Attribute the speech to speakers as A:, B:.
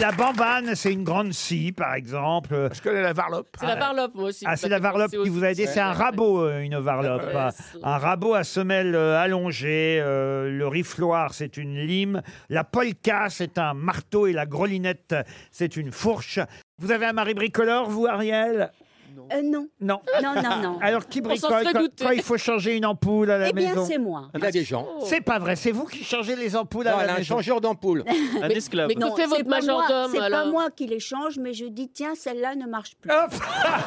A: La bambane, c'est une grande scie, par exemple.
B: Je connais la varlope.
C: C'est la varlope, moi aussi.
A: Ah, c'est la varlope qui vous a aidé. C'est un rabot, euh, une varlope.
C: Ouais,
A: Ah,
C: c'est-
A: Un rabot à semelle euh, allongée. euh, le rifloir, c'est une lime. La polka, c'est un marteau. Et la grelinette, c'est une fourche. Vous avez un mari bricoleur, vous, Ariel
D: Euh, non,
A: Non.
D: non, non, non.
A: Alors, qui
C: s'en
A: bricole
C: serait
A: quand,
C: douté.
A: quand il faut changer une ampoule à la
D: eh bien,
A: maison
D: c'est moi.
E: Il y a des gens.
A: C'est pas vrai, c'est vous qui changez les ampoules
E: Non,
A: à
E: elle
A: la
E: a un
A: maison.
E: changeur d'ampoule.
F: Un
C: Mais-
F: esclave.
C: mais Que fait
D: c'est
C: votre
D: pas moi-
C: majordome,
D: C'est pas
C: alors
D: moi qui les change, mais je dis tiens, celle-là ne marche plus.
A: Hop